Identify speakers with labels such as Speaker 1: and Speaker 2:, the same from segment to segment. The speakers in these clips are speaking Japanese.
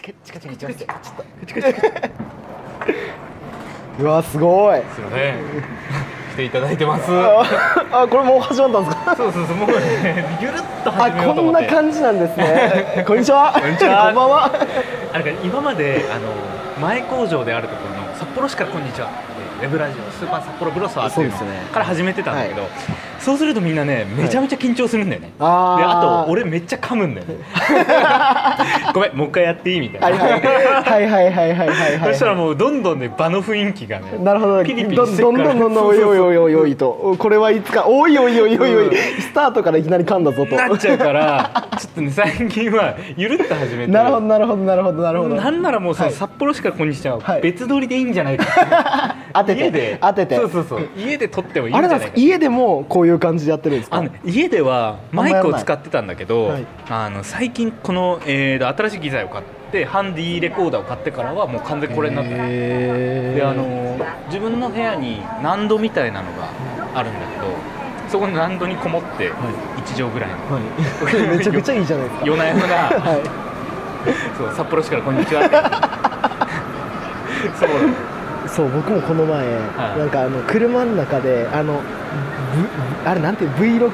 Speaker 1: 近近くに行きますよちょっと近々うわすごい
Speaker 2: すよね 来ていただいてますそう
Speaker 1: あ あこれもう始まったんですか
Speaker 2: そうそうもうねゆるっと
Speaker 1: あ
Speaker 2: 始めようと
Speaker 1: こ
Speaker 2: 思
Speaker 1: ん
Speaker 2: って
Speaker 1: な感じなんです ねこんにちはこん
Speaker 2: にちは
Speaker 1: こんばんは
Speaker 2: あれか今まであの前工場であるところの札幌市からこんにちはってウェブラジオスーパー札幌ブロスワーっていうの
Speaker 1: そうですね
Speaker 2: から始めてたんだけど、そうするとみんなねめちゃめちゃ緊張するんだよね、
Speaker 1: あー
Speaker 2: であと俺めっちゃ噛むんだよ ねごめんもう一回やっていいみたいな、
Speaker 1: はいはいはいはいはいはいはいはい
Speaker 2: そしたらもうどんどんね場の雰囲気がね
Speaker 1: なるほど
Speaker 2: ピリピリ
Speaker 1: ど
Speaker 2: して
Speaker 1: ど
Speaker 2: く
Speaker 1: ん
Speaker 2: から
Speaker 1: どんどんどんお
Speaker 2: そう
Speaker 1: い
Speaker 2: そう
Speaker 1: おい
Speaker 2: そう
Speaker 1: おいおいおいとおこれはいつかおいおいおいおいおいスタートからいきなり噛んだぞと
Speaker 2: なっちゃうからちょっとね最近はゆるっと始めて
Speaker 1: なるほどなるほどなるほどなるほど
Speaker 2: なんならもうその
Speaker 1: はい
Speaker 2: 札幌市からこんにちは
Speaker 1: はい
Speaker 2: 別撮りでいいんじゃないか
Speaker 1: 当て
Speaker 2: 家
Speaker 1: て
Speaker 2: で
Speaker 1: 当てて
Speaker 2: そうそうそう家で撮ってもいいんじ
Speaker 1: あ
Speaker 2: ゃ
Speaker 1: れ
Speaker 2: な
Speaker 1: ないん
Speaker 2: か
Speaker 1: ですか家でもこういう感じでやってるんですか
Speaker 2: あのね家ではマイクを使ってたんだけど、
Speaker 1: あんまやら
Speaker 2: あの最近この、えーと新しい機材を買ってハンディレコーダーを買ってからはもう完全にこれになった
Speaker 1: へー
Speaker 2: であの自分の部屋に難度みたいなのがあるんだけどそこの難度にこもって1畳ぐらいの
Speaker 1: はい、めちゃくちゃいいじゃないですか
Speaker 2: 夜な夜な
Speaker 1: は
Speaker 2: そう札幌市からこんにちはって言って そう
Speaker 1: い、そう僕もこの前、
Speaker 2: い
Speaker 1: なんかあの車の中であのブあれなんて Vlog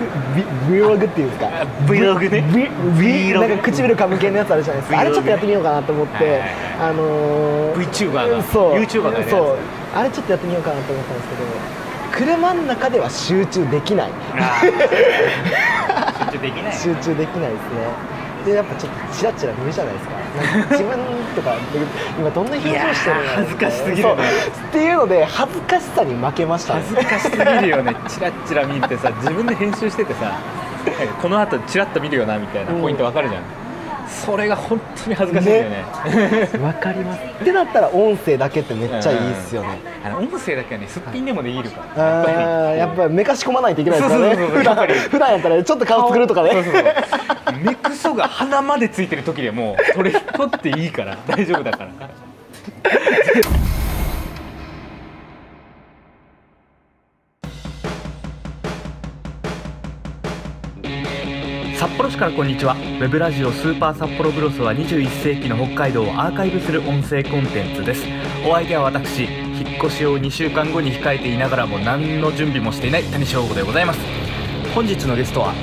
Speaker 1: V- Vlog っていうんですか
Speaker 2: あ Vlog ね
Speaker 1: V, v
Speaker 2: Vlog
Speaker 1: なんか唇かむ系のやつあるじゃないですか
Speaker 2: Vlog
Speaker 1: あれちょっとやってみようかなと思って、
Speaker 2: はいはいはい
Speaker 1: あのー
Speaker 2: VTuber が
Speaker 1: そう
Speaker 2: YouTuber がやるやつ
Speaker 1: そうあれちょっとやってみようかなと思ったんですけど車の中では集中できない
Speaker 2: あー集中できない
Speaker 1: 集中できないですねでやっぱちょっとチラチラ見るじゃないですかなんか自分とか今どんな表情してる
Speaker 2: い
Speaker 1: の
Speaker 2: やー恥ずかしすぎるね
Speaker 1: そうっていうので恥ずかしさに負けましたね
Speaker 2: 恥ずかしすぎるよねチラッチラ見てさ自分で編集しててさなんかこの後チラッと見るよなみたいな
Speaker 1: うん
Speaker 2: ポイントわかるじゃん、それが本当に恥ずかしいんだよね
Speaker 1: わかりますってなったら音声だけってめっちゃいいっ すよね、
Speaker 2: あの音声だけはねすっぴんでもできるから、
Speaker 1: あーやっぱりめかし込まないといけないですよ
Speaker 2: そ
Speaker 1: ね
Speaker 2: うそうそうそう
Speaker 1: 普
Speaker 2: やっぱ
Speaker 1: 段
Speaker 2: り
Speaker 1: 普段やったらちょっと顔作るとかね
Speaker 2: そうそうそう目くそが鼻までついてる時でもう取れ取っていいから大丈夫だから札幌市からこんにちはウェブラジオスーパー札幌ブロスは21世紀の北海道をアーカイブする音声コンテンツですお相手は私引っ越しを2週間後に控えていながらも何の準備もしていない谷翔吾でございます本日のゲストは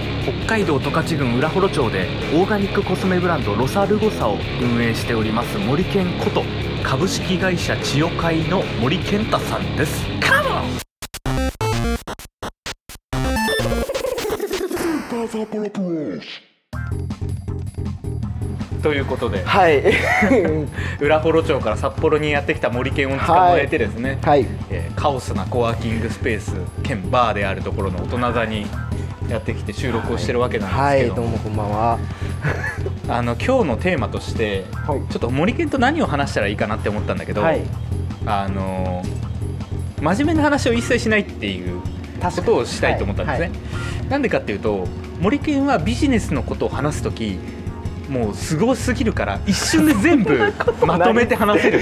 Speaker 2: 北海道十勝郡浦幌町でオーガニックコスメブランドロサルゴサを運営しております森健こと株式会社千代会の森健太さんですカモンということで
Speaker 1: はい
Speaker 2: 浦幌町から札幌にやってきた森健を捕まえてですね、
Speaker 1: はい
Speaker 2: えーカオスなコワーキングスペース兼バーであるところの大人座にやってきて収録をしてるわけなん
Speaker 1: は
Speaker 2: ですけ
Speaker 1: いど
Speaker 2: ど,、
Speaker 1: うもこんばんは
Speaker 2: あの今日のテーマとして、
Speaker 1: はい
Speaker 2: ちょっと森健と何を話したらいいかなって思ったんだけど、
Speaker 1: はい
Speaker 2: あのー真面目な話を一切しないっていう
Speaker 1: 確か
Speaker 2: こ
Speaker 1: に
Speaker 2: とをしたいと思ったんですね。なんでかっていうと森健はビジネスのことを話す時もうすごすぎるから一瞬で全部
Speaker 1: ことな
Speaker 2: ま
Speaker 1: い
Speaker 2: とめて話せる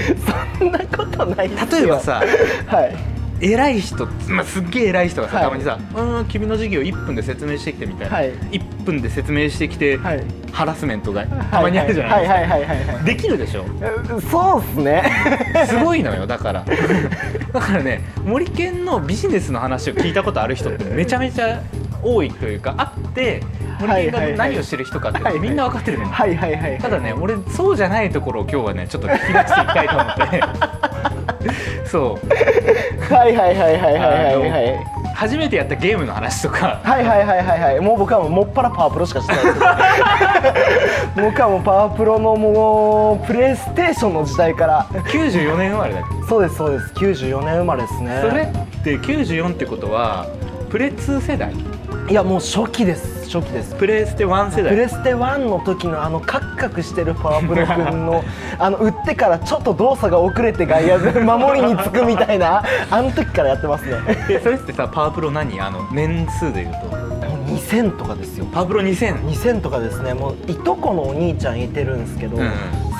Speaker 1: そんなことないですよ
Speaker 2: 例えばさ
Speaker 1: はい
Speaker 2: 偉い人、まあ、すっげえ偉い人がさ、
Speaker 1: はい
Speaker 2: たまにさ「うーん君の授業1分で説明してきて」みたいな、
Speaker 1: はい
Speaker 2: 1分で説明してきて、
Speaker 1: はい
Speaker 2: ハラスメントがたまにあるじゃないですか、
Speaker 1: はいはいはいはいはい
Speaker 2: できるでしょ
Speaker 1: そうっすね
Speaker 2: すごいのよだから だからね森健のビジネスの話を聞いたことある人 ってめちゃめちゃ多いというかあって森健が
Speaker 1: はいはいはい
Speaker 2: 何をしてる人かっていうの
Speaker 1: はいはい
Speaker 2: みんな分かってるのよ
Speaker 1: はいはいはい
Speaker 2: ただね俺そうじゃないところを今日はねちょっと聞き出していきたいと思って そう
Speaker 1: はいはいはいはいはいはいはい
Speaker 2: 初めてやったゲームの話とか
Speaker 1: はいはいはいはいはいもう僕はもうもっぱらパワープロしかしてないですけど僕はもうパワープロのもうプレイステーションの時代から
Speaker 2: 94年生まれだっけ
Speaker 1: そうですそうです94年生まれですね
Speaker 2: それって94ってことはプレ2世代
Speaker 1: いやもう初期です初期です
Speaker 2: プレステ1世
Speaker 1: プ
Speaker 2: 代
Speaker 1: レステ1の時のあのカクカクしてるパワープロ君 のあの打ってからちょっと動作が遅れて外野で守りにつくみたいなあの時からやってますね
Speaker 2: えそれってさパワープロ何あの年数でいうと
Speaker 1: もう2000とかですよ
Speaker 2: パワープロ2000
Speaker 1: 2000とかですねもういとこのお兄ちゃんいてるんですけど、
Speaker 2: うん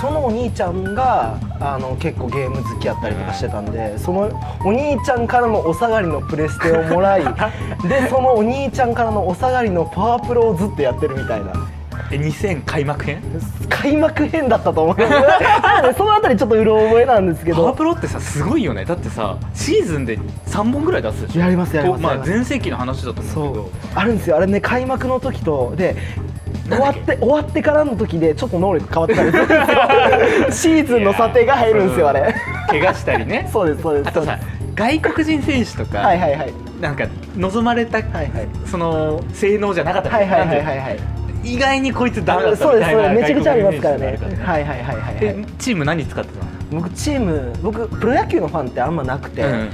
Speaker 1: そのお兄ちゃんがあの結構ゲーム好きやったりとかしてたんで、そのお兄ちゃんからのお下がりのプレステを もらいでそのお兄ちゃんからのお下がりのパワープロをずっとやってるみたいな
Speaker 2: え2000開幕編
Speaker 1: 開幕編だった と思いますなのでそのあたりちょっとうろ覚えなんですけ
Speaker 2: パワ
Speaker 1: ど
Speaker 2: プロってさすごいよねだってさシーズンで3本ぐらい出すでしょ
Speaker 1: やりますやります
Speaker 2: とま
Speaker 1: やり
Speaker 2: あ
Speaker 1: ます
Speaker 2: 全盛期の話だと思う
Speaker 1: あるんですよあれね開幕の時とで終わって終わってからの時でちょっと能力変わってたりするんです よシーズンの査定が
Speaker 2: け
Speaker 1: 入
Speaker 2: ど
Speaker 1: るんですよあれ
Speaker 2: 怪我したりね
Speaker 1: そうですそうです
Speaker 2: あとさ外国人選手とか、
Speaker 1: はいはいはい
Speaker 2: なんか望まれた、
Speaker 1: はいはい
Speaker 2: その性能じゃなかった
Speaker 1: はいはいはいはい
Speaker 2: なん
Speaker 1: はい
Speaker 2: て意外にこいつダメだった
Speaker 1: そう
Speaker 2: み
Speaker 1: です
Speaker 2: た
Speaker 1: そ
Speaker 2: い
Speaker 1: うで
Speaker 2: な
Speaker 1: すめちゃくちゃありますからね
Speaker 2: 外国人選手があ
Speaker 1: は
Speaker 2: る
Speaker 1: いはいはいはい
Speaker 2: から
Speaker 1: はい
Speaker 2: えチーム何使ってたの
Speaker 1: 僕チーム僕プロ野球のファンってあんまなくて
Speaker 2: うん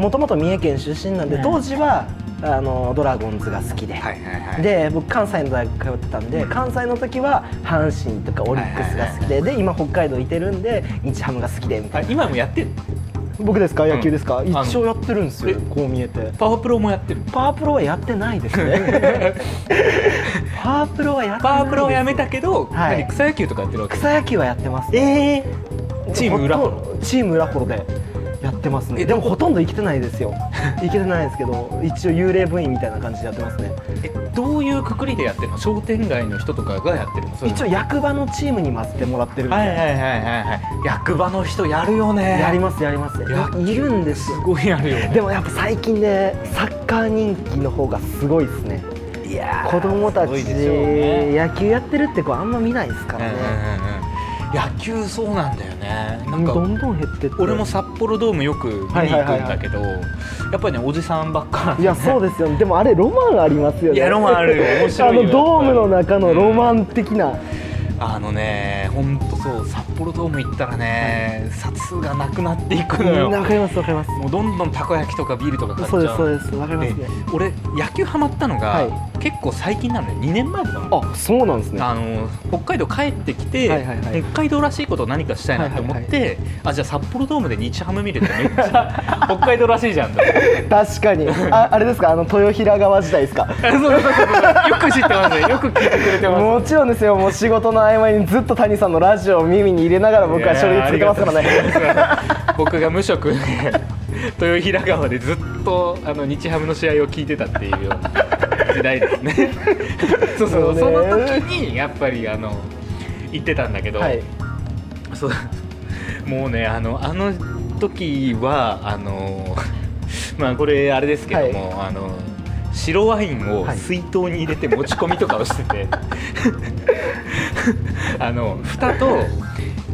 Speaker 1: もともと三重県出身なんで
Speaker 2: うん
Speaker 1: 当時はあのドラゴンズが好きで、
Speaker 2: いはいは
Speaker 1: で僕関西の大学通ってたんで関西の時は阪神とかオリックスが好きでで今北海道いてるんで日ハムが好きでみた
Speaker 2: あ
Speaker 1: いな
Speaker 2: 今もやってんの
Speaker 1: 僕ですか野球ですか、
Speaker 2: うん
Speaker 1: 一応やってるんです
Speaker 2: あ
Speaker 1: よ
Speaker 2: の
Speaker 1: こう見えて
Speaker 2: パワプロもやってる
Speaker 1: パワープロはやってないです ねパワープロはやって
Speaker 2: パ
Speaker 1: ないで
Speaker 2: ワ
Speaker 1: す
Speaker 2: プロをやめたけど、
Speaker 1: はい
Speaker 2: 何草野球とかやってるわけ
Speaker 1: 草野球はやってます、
Speaker 2: ええチーム裏
Speaker 1: ほとんどチーム裏幌でやってますね
Speaker 2: え
Speaker 1: でもほとんど生きてないです よ生きてないですけど一応幽霊部員みたいな感じでやってますね
Speaker 2: えどういうくくりでやってるの商店街の人とかがやってるのそれ
Speaker 1: 一応役場のチームに混ぜてもらってるみ
Speaker 2: は
Speaker 1: た
Speaker 2: い
Speaker 1: い
Speaker 2: はい
Speaker 1: な、
Speaker 2: はいはいはい役場の人やるよね
Speaker 1: やりますやります
Speaker 2: 野球
Speaker 1: いるんです
Speaker 2: す
Speaker 1: よ
Speaker 2: ごいやるよね
Speaker 1: でもやっぱ最近ねサッカー人気の方がすごいですね
Speaker 2: いやー
Speaker 1: 子供た
Speaker 2: す
Speaker 1: ち、
Speaker 2: ごいでしょうね
Speaker 1: 野球やってるって子あんま見ないですか
Speaker 2: うんう
Speaker 1: ら
Speaker 2: んうん
Speaker 1: ね、
Speaker 2: 野球そうなんだよねなん
Speaker 1: ど
Speaker 2: か
Speaker 1: んどん減ってって
Speaker 2: 俺も札幌ドームよく見に行くんだけど、やっぱりねおじさんばっかなん
Speaker 1: いやそうですよねでもあれロマンありますよね
Speaker 2: いやロマンあるよ面白いよ
Speaker 1: あのドームの中のロマン的な、
Speaker 2: あのね本当そう札幌ドーム行ったらね、札がなくなっていくのよ
Speaker 1: うんわかりますわかります
Speaker 2: もうどんどんたこ焼きとかビールとか買っちゃ
Speaker 1: そううですそうですわかります
Speaker 2: で
Speaker 1: ね
Speaker 2: 俺野球ハマったのが、
Speaker 1: は
Speaker 2: 結構最近なのよ2年前だもん
Speaker 1: あそうなんですね
Speaker 2: あの北海道帰ってきて、
Speaker 1: はいはいはい
Speaker 2: 北海道らしいことを何かしたいなと思って、あじゃあ札幌ドームで日ハム見るってめっ ちゃ北海道らしいじゃ んと思って
Speaker 1: 確かにああれですかあの豊平川時代ですか
Speaker 2: そうそうそうそうよく知ってますねよく聞いてくれてます
Speaker 1: もちろんですよもう仕事の合間にずっと谷さんのラジオを耳に入れながら僕は書類つけてますから
Speaker 2: いやーあり
Speaker 1: ね
Speaker 2: がとうございます僕が無職で豊平川でずっとあの日ハムの試合を聞いてたっていうような時代ですねそうそ
Speaker 1: そう
Speaker 2: う
Speaker 1: ね
Speaker 2: その時にやっぱりあの行ってたんだけど、
Speaker 1: はい
Speaker 2: そうもうねあのあの時はあのまあこれあれですけども、あの白ワインを
Speaker 1: はい
Speaker 2: 水筒に入れて持ち込みとかをしてて、 あの蓋と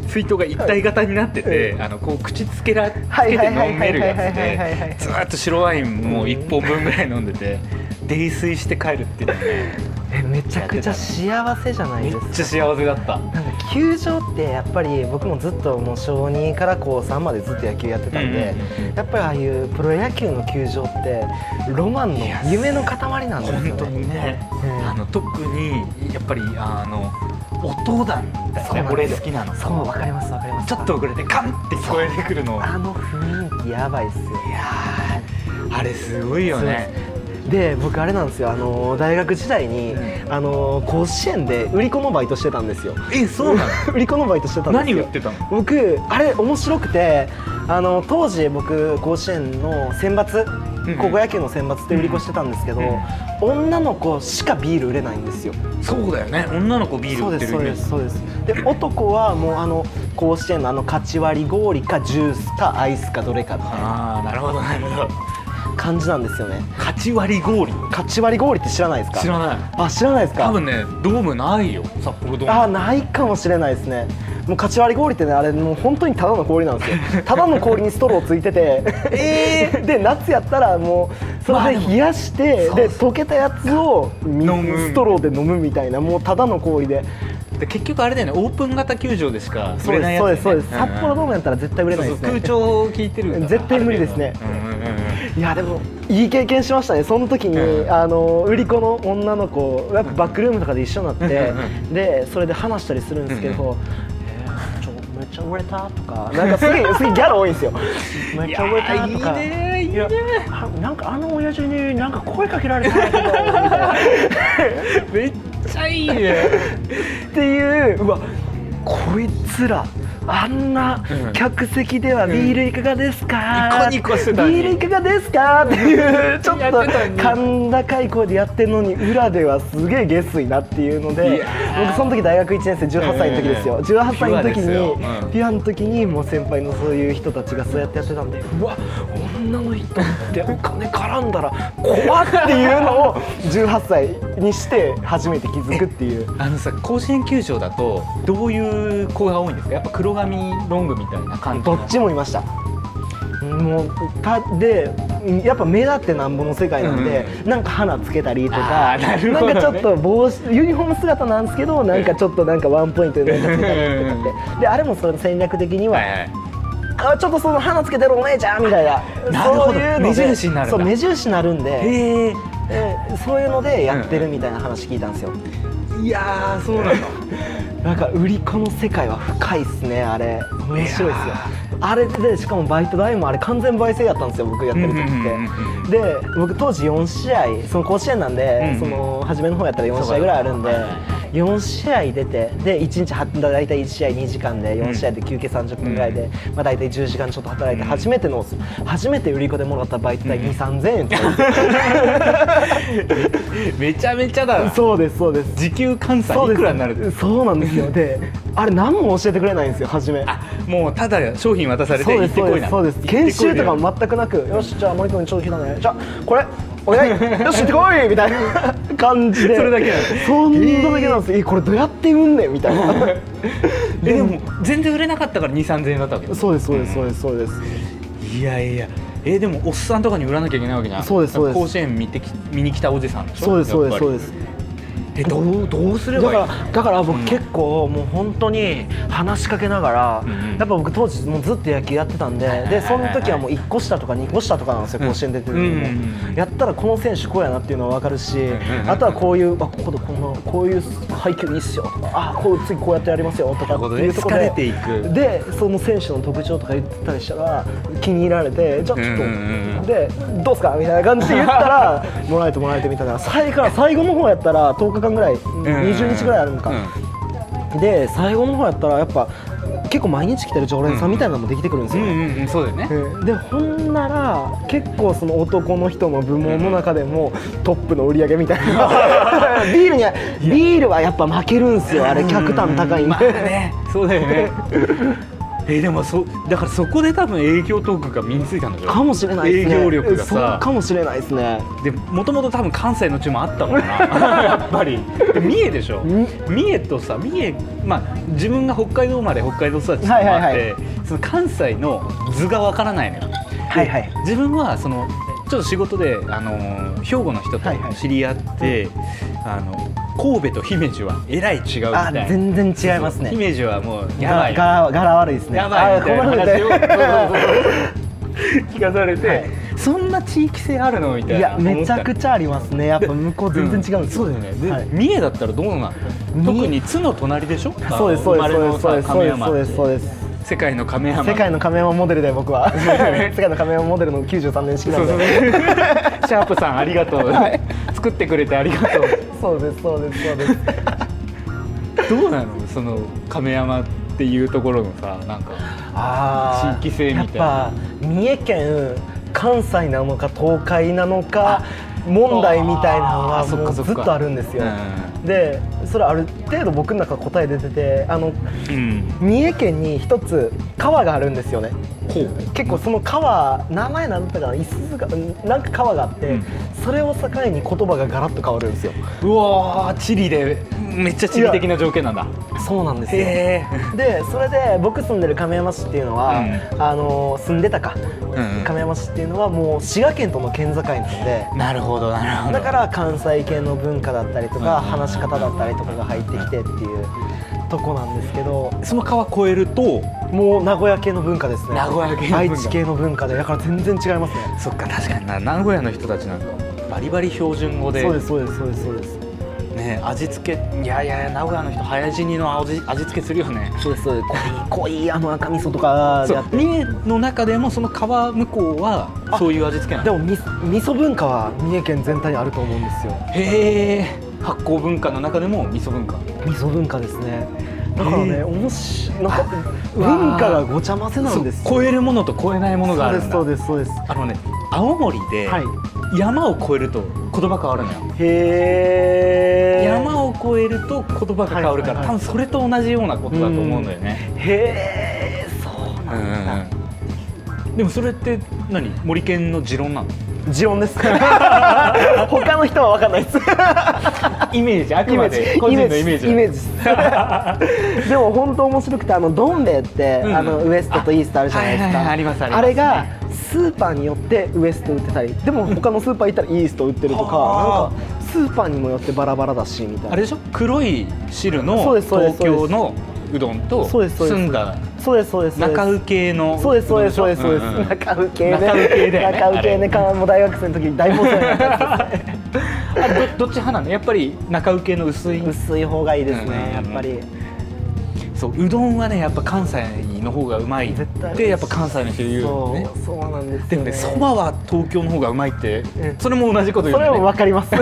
Speaker 2: 水筒が一体型になってて、あのこう口つけらつ
Speaker 1: はい
Speaker 2: け
Speaker 1: は
Speaker 2: て
Speaker 1: いはい
Speaker 2: 飲めるやつ
Speaker 1: はいはいはいはいは
Speaker 2: で
Speaker 1: い
Speaker 2: ずーっと白ワインもう1本分ぐらい飲んでて泥酔して帰るっていうのね
Speaker 1: えめちゃくちゃ幸せじゃない
Speaker 2: め
Speaker 1: で
Speaker 2: っ
Speaker 1: すか
Speaker 2: ちゃ幸せだった。
Speaker 1: なんか球場ってやっぱり僕もずっともう小2から高3までずっと野球やってたんで、
Speaker 2: うんうんうん
Speaker 1: やっぱりああいうプロ野球の球場ってロマンの
Speaker 2: いや
Speaker 1: 夢の塊なんですよね
Speaker 2: 本当にね、
Speaker 1: うん
Speaker 2: あの特にやっぱりあの音だみたい
Speaker 1: そう
Speaker 2: なね
Speaker 1: なん
Speaker 2: 俺
Speaker 1: ですよ
Speaker 2: 好きなの
Speaker 1: そうわかりますわかります
Speaker 2: ちょっと遅れてカンって聞こえてくるのいや
Speaker 1: あの雰囲気やばいっすよ
Speaker 2: ーあれすごいよね
Speaker 1: で僕あれなんですよあの大学時代に、
Speaker 2: う
Speaker 1: あの甲子園で売り子のバイトしてたんですよ
Speaker 2: えそうなの
Speaker 1: 売り子のバイトしてたんですよ
Speaker 2: 何売ってたの
Speaker 1: 僕あれ面白くてあの当時僕甲子園の選抜
Speaker 2: うん
Speaker 1: 高校野球の選抜って売り子してたんですけど、
Speaker 2: うん
Speaker 1: 女の子しかビール売れないんですよ
Speaker 2: そうだよね女の子ビール売ってる
Speaker 1: そうですそうですそうですで男はもうあの甲子園のあのカチ割り氷かジュースかアイスかどれかみたいな
Speaker 2: ああなるほどなるほど
Speaker 1: 感じなんですよね
Speaker 2: 8割氷
Speaker 1: カチ割り氷って知らないですか
Speaker 2: 知らない
Speaker 1: あ知らないですか
Speaker 2: 多分ねドームないよ札幌ド
Speaker 1: あ
Speaker 2: ーム
Speaker 1: ないかもしれないですねもうカチ割り氷ってねあれもう本当にただの氷なんです よただの氷にストローついててええ で夏やったらもうそれで冷やして、
Speaker 2: まあで
Speaker 1: で
Speaker 2: も
Speaker 1: 溶けたやつをみ
Speaker 2: 飲む
Speaker 1: ストローで飲むみたいなもうただの氷で
Speaker 2: で結局あれだよねオープン型球場でしか売
Speaker 1: そう
Speaker 2: れない
Speaker 1: です
Speaker 2: やつ
Speaker 1: そ
Speaker 2: だ
Speaker 1: う
Speaker 2: よね
Speaker 1: ですそうです、札幌ドーム
Speaker 2: ム
Speaker 1: やったら絶対売れないですね
Speaker 2: 空調を聞いてるから
Speaker 1: 絶対無理です
Speaker 2: あ
Speaker 1: ね
Speaker 2: る程度うんうんうんうん
Speaker 1: いやでもいい経験しましたねその時に、
Speaker 2: うん
Speaker 1: あの売り子の女の子やっぱバックルームとかで一緒になって、
Speaker 2: うん
Speaker 1: でそれで話したりするんですけ
Speaker 2: うん
Speaker 1: ど、えーちょめっちゃ売れたとかなんかす げえすげえギャル多いんですよめっちゃ売れたとか
Speaker 2: いやーいいねいいね
Speaker 1: やあなんかあの親父になんか声かけられたんやけどみたいな
Speaker 2: めっちゃいいね
Speaker 1: っていううわこいつらあんな
Speaker 3: うん
Speaker 1: 客席ではビールいかがですか、
Speaker 3: ニコニコしてたのに
Speaker 1: ビールいかがですかっていうちょっと
Speaker 3: やってたのに
Speaker 1: 甲高い声でやってるのに裏ではすげえ下水なっていうの
Speaker 3: い
Speaker 1: で
Speaker 3: や
Speaker 1: 僕その時大学1年生18歳の時です
Speaker 3: う
Speaker 1: よ
Speaker 3: ん
Speaker 1: 18歳の
Speaker 3: ピュア
Speaker 1: 時
Speaker 3: ですよ
Speaker 1: に、
Speaker 3: うん
Speaker 1: ピュアの時にもう先輩のそういう人たちがそうやってやってたんでうわ女の人ってお金絡んだら怖っていうのを18歳にして初めて気づくっていう。
Speaker 2: あのさ甲子園球場だとどういう子が多いんですかやっぱ黒髪ロングみたいな感じ
Speaker 1: どっちもいましたもうたでやっぱ目立ってなんぼの世界なんで、なんか花つけたりとか
Speaker 2: あーなるほどね
Speaker 1: んかちょっと帽子ユニフォーム姿なんですけどなんかちょっとなんかワンポイントでなんかつけたりとかってであれもその戦略的には、
Speaker 2: はいはい
Speaker 1: あちょっとその花つけてるお姉ちゃんみたいな
Speaker 2: なるほど
Speaker 1: そういうので
Speaker 2: 目印になるんだ
Speaker 1: そう目印になるんで
Speaker 2: へえ
Speaker 1: でそういうのでやってるみたいな話聞いたんですよ、
Speaker 3: いやーそうなんだ
Speaker 1: なんか売り子の世界は深いっすねあれ面白いっすよ
Speaker 3: いや
Speaker 1: あれでしかもバイト代もあれ完全倍制やったんですよ僕やってる時
Speaker 3: うんうん
Speaker 1: ってで僕当時4試合その甲子園なんで、
Speaker 3: うんうん
Speaker 1: その初めの方やったら4試合ぐらいあるんで4試合出てで1日は大体1試合2時間で4試合で休憩30分ぐらいで、まあ、大体10時間ちょっと働いて初めての初めて売り子でもらったバイト代2 3 0 0 0円って言って
Speaker 2: めちゃめちゃだな
Speaker 1: そうですそうです
Speaker 2: 時給換
Speaker 1: そ
Speaker 2: 算
Speaker 1: うで
Speaker 2: い
Speaker 1: す
Speaker 2: くらになるんです
Speaker 1: そうなんですよであれ何も教えてくれないんですよ初め
Speaker 2: あもうただ商品渡されて
Speaker 1: そう
Speaker 2: 行
Speaker 1: で
Speaker 2: っ
Speaker 1: す
Speaker 2: て
Speaker 1: そう
Speaker 2: こい
Speaker 1: で
Speaker 2: な
Speaker 1: すそうです研修とかも全くなくよしじゃあ森君ちょっと来たねじゃあこれお 願いよし行ってこいみたいな感じで
Speaker 2: それだけなんです
Speaker 1: そんなだけなんですえこれどうやって売んねんみた いな
Speaker 2: えでも全然売れなかったから2 3 0 0円だったわけ
Speaker 1: そうですそうですそうですそうです
Speaker 2: いやいやえでもおっさんとかに売らなきゃいけないわけじゃん
Speaker 1: そうですそうです
Speaker 2: 甲子園見てき見に来たおじさんでしょ
Speaker 1: そうですそうですそうですす
Speaker 2: えどうどうすれ
Speaker 1: だか
Speaker 2: ばいい
Speaker 1: らだから僕結構もう本当に話しかけながら、
Speaker 2: うんうん
Speaker 1: やっぱ僕当時もうずっと野球やってたんで、
Speaker 2: いはい
Speaker 1: でその時はもう1個下とか2個下とかなんですよ、甲子園出てる時も、
Speaker 2: うんうんうん
Speaker 1: やったらこの選手こうやなっていうのは分かるし、
Speaker 2: んうん
Speaker 1: あとはこういうあここでこのこういう配球いいっすよとかあこう次こうやってやりますよとかっていうところ
Speaker 2: な
Speaker 1: で
Speaker 2: るほどね好かれていく
Speaker 1: でその選手の特徴とか言ってたりしたら気に入られてじゃあ
Speaker 2: う
Speaker 1: ちょっと、
Speaker 2: んうんうん
Speaker 1: でどうすかみたいな感じで言ったらもらえてもらえてみたいな最後最後の方やったら10日間ぐらい20日ぐらいあるのか、で最後の方やったらやっぱ結構毎日来てる常連さんみたいなのもできてくるんです
Speaker 2: うん
Speaker 1: よ、
Speaker 2: うんうんそうだよね
Speaker 1: うんでほんなら結構その男の人の部門の中でもトップの売り上げみたい なビールにはビールはやっぱ負けるんすよあれ客単高いん
Speaker 2: まあ
Speaker 1: で
Speaker 2: ねそうだよねえでもそだからそこで多分営業トークが身についたんだよ
Speaker 1: かもしれないですね
Speaker 2: 営業力が
Speaker 1: そうか
Speaker 2: さ
Speaker 1: もしれないですね
Speaker 2: でもともと多分関西の地もあったもんな やっぱりで三重でしょ
Speaker 1: ん
Speaker 2: 三重とさ三重まあ自分が北海道生まれ北海道育ちってのもあって、
Speaker 1: はいはい
Speaker 2: その関西の図がわからないのよ
Speaker 1: はいはい
Speaker 2: 自分はそのちょっと仕事で、あのー兵庫の人と
Speaker 1: はいはい
Speaker 2: 知り合って、あの神戸と姫路はえらい違うみた
Speaker 1: あ
Speaker 2: いな
Speaker 1: 全然違いますね
Speaker 2: 姫路はもうやば
Speaker 1: が
Speaker 2: い
Speaker 1: 柄柄悪いですね
Speaker 2: やばいみたいな話を
Speaker 1: あ困るね
Speaker 2: 聞かされて、
Speaker 1: はい
Speaker 2: そんな地域性あるのみた
Speaker 1: い
Speaker 2: いな
Speaker 1: やめちゃく
Speaker 2: ち
Speaker 1: ちゃありますねやっぱ向こう全然違うんです
Speaker 2: そ
Speaker 1: よ、
Speaker 2: うだよねで、
Speaker 1: はい
Speaker 2: 三重だったらどうなの
Speaker 1: 三重
Speaker 2: 特に津の隣でしょ
Speaker 1: そうですそうですそうですそうです
Speaker 2: 生まれのさ亀山
Speaker 1: そうですそうです
Speaker 2: 世界の亀山
Speaker 1: 世界の亀山モデルで 僕は世界の亀山モデルの93年式な
Speaker 2: そ
Speaker 1: ん
Speaker 2: うそうシ
Speaker 1: で
Speaker 2: ャープさんありがとう、作ってくれてありがとう
Speaker 1: そうですそうですそ うです
Speaker 2: どうなのその亀山っていうところのさなんか
Speaker 1: あー
Speaker 2: 地域性みたいな
Speaker 1: やっぱ三重県関西なのか東海なのか問題みたいなの
Speaker 2: あ
Speaker 1: は
Speaker 2: ーそっ
Speaker 1: も
Speaker 2: か
Speaker 1: う
Speaker 2: そっ
Speaker 1: ず
Speaker 2: か
Speaker 1: っとあるんですよ
Speaker 2: う
Speaker 1: でそれある程度僕の中答え出ててあの
Speaker 2: うん
Speaker 1: 三重県に一つ川があるんですよね
Speaker 2: こう
Speaker 1: 結構その川名前なんだったかな五十鈴がなんか川があって、
Speaker 2: うん
Speaker 1: それを境に言葉がガラッと変わるんですよ
Speaker 2: うわー地理でめっちゃ地理的な条件なんだ
Speaker 1: そうなんです
Speaker 2: へ
Speaker 1: でそれで僕住んでる亀山市っていうのは、
Speaker 2: うん
Speaker 1: あの住んでたか、
Speaker 2: うん
Speaker 1: 亀山市っていうのはもう滋賀県との県境なんで
Speaker 2: えなるほどなるほど
Speaker 1: だから関西系の文化だったりとか、
Speaker 2: うん
Speaker 1: 話し方だったりとかが入ってきてっていうとこなんですけど
Speaker 2: その川越えると
Speaker 1: もう名古屋系の文化ですね
Speaker 2: 名古屋系の文化
Speaker 1: 愛知系の文化でだから全然違いますね
Speaker 2: そっか確かにな名古屋の人たちなんかバリバリ標準語で
Speaker 1: そうですそうですそうですそうです
Speaker 2: ね味付けいやいや名古屋の人早死にの味味付けするよね
Speaker 1: そうですそうです濃い濃いあの赤味噌とか
Speaker 2: そ
Speaker 1: であ
Speaker 2: う
Speaker 1: って
Speaker 2: 三重の中でもその川向こうはそういう味付けなの
Speaker 1: でもみ味噌文化は三重県全体にあると思うんですよ
Speaker 2: へえ発酵文化の中でも味噌文化
Speaker 1: 味噌文化ですねだからね、
Speaker 2: えー
Speaker 1: おもしなんか
Speaker 2: うわー
Speaker 1: 文化がごちゃ混ぜなんです
Speaker 2: そう超えるものと超えないものがあるんだ
Speaker 1: そうですそうですそう
Speaker 2: あのね青森
Speaker 1: で
Speaker 2: です
Speaker 1: はい
Speaker 2: 山を越えると言葉変わるのよ、
Speaker 1: へえ
Speaker 2: 山を越えると言葉が変わるから、
Speaker 1: はいはいはい
Speaker 2: 多分それと同じようなことだと思うんだよね、
Speaker 1: へえそうなんだ、
Speaker 2: でもそれって何森健の持論なの
Speaker 1: ジオンです他の人は分かんないです
Speaker 2: イメージあく
Speaker 1: イメ
Speaker 2: ま
Speaker 1: ー
Speaker 2: で
Speaker 1: ジ
Speaker 2: 個人のイメージ
Speaker 1: イメージで すでも本当面白くてあのどん兵衛って、
Speaker 2: うん
Speaker 1: あのウエストとイーストあるじゃないです
Speaker 2: あはいはいはい
Speaker 1: か
Speaker 2: ありますあります
Speaker 1: れがスーパーによってウエスト売ってたりでも他のスーパー行ったらイースト売ってると
Speaker 2: は
Speaker 1: かなんかスーパーにもよってバラバラだしみたいな
Speaker 2: あれでしょ黒い汁
Speaker 1: そう
Speaker 2: の
Speaker 1: ですそうで
Speaker 2: 東
Speaker 1: すそうです
Speaker 2: 京のうどんと
Speaker 1: そうですそうです
Speaker 2: 澄んだ
Speaker 1: そうですそうですそうです
Speaker 2: 中受けの
Speaker 1: そうですそうですそうですそうです、
Speaker 2: んん
Speaker 1: 中受けね
Speaker 2: 中受けだよね
Speaker 1: 中受けねかもう大学生の時に大問題になっ たんですよ
Speaker 2: あれどどっち派なのやっぱり中受けの薄い
Speaker 1: 薄い方がいいですね、
Speaker 2: うんうんうん
Speaker 1: やっぱり
Speaker 2: そううどんはねやっぱ関西の方がうまいっ
Speaker 1: 絶対
Speaker 2: てやっぱ関西の人言うよね
Speaker 1: そうそうなんですよ、ね、
Speaker 2: でもねそばは東京の方がうまいって
Speaker 1: うん
Speaker 2: それも同じこと言
Speaker 1: そうれ
Speaker 2: よ
Speaker 1: も
Speaker 2: ね
Speaker 1: 分かりま す
Speaker 2: も